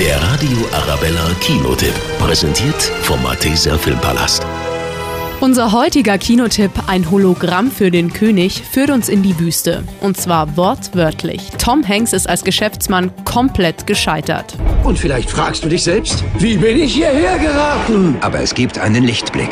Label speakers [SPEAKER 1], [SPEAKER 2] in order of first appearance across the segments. [SPEAKER 1] Der Radio Arabella Kinotipp. Präsentiert vom Malteser Filmpalast.
[SPEAKER 2] Unser heutiger Kinotipp, ein Hologramm für den König, führt uns in die Wüste. Und zwar wortwörtlich. Tom Hanks ist als Geschäftsmann komplett gescheitert.
[SPEAKER 3] Und vielleicht fragst du dich selbst, wie bin ich hierher geraten?
[SPEAKER 4] Aber es gibt einen Lichtblick.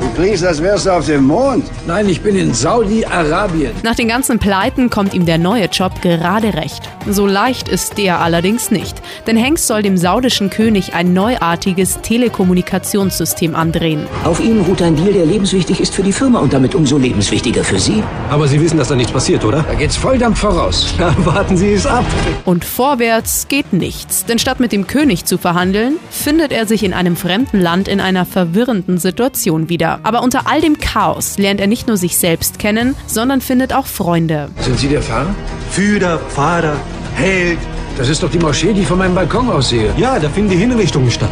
[SPEAKER 5] Du klingst, als wärst du auf dem Mond.
[SPEAKER 3] Nein, ich bin in Saudi-Arabien.
[SPEAKER 2] Nach den ganzen Pleiten kommt ihm der neue Job gerade recht. So leicht ist der allerdings nicht, denn Hanks soll dem saudischen König ein neuartiges Telekommunikationssystem andrehen.
[SPEAKER 6] Auf Ihnen ruht ein Deal, der lebenswichtig ist für die Firma und damit umso lebenswichtiger für Sie.
[SPEAKER 7] Aber Sie wissen, dass da nichts passiert, oder?
[SPEAKER 3] Da geht's Volldampf voraus.
[SPEAKER 7] Warten Sie es ab.
[SPEAKER 2] Und vorwärts geht nichts, denn statt mit dem König zu verhandeln, findet er sich in einem fremden Land in einer verwirrenden Situation wieder. Aber unter all dem Chaos lernt er nicht nur sich selbst kennen, sondern findet auch Freunde.
[SPEAKER 3] Sind Sie der Fahrer?
[SPEAKER 7] Führer, Pfarrer, Held.
[SPEAKER 3] Das ist doch die Moschee, die ich von meinem Balkon aus sehe.
[SPEAKER 7] Ja, da finden die Hinrichtungen statt.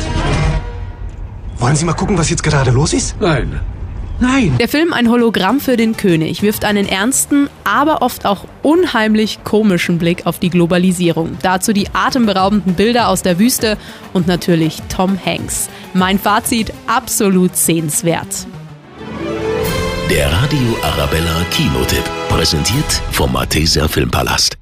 [SPEAKER 7] Wollen Sie mal gucken, was jetzt gerade los ist?
[SPEAKER 3] Nein.
[SPEAKER 2] Der Film Ein Hologramm für den König wirft einen ernsten, aber oft auch unheimlich komischen Blick auf die Globalisierung. Dazu die atemberaubenden Bilder aus der Wüste und natürlich Tom Hanks. Mein Fazit, absolut sehenswert.
[SPEAKER 1] Der Radio Arabella Kinotipp. Präsentiert vom Malteser Filmpalast.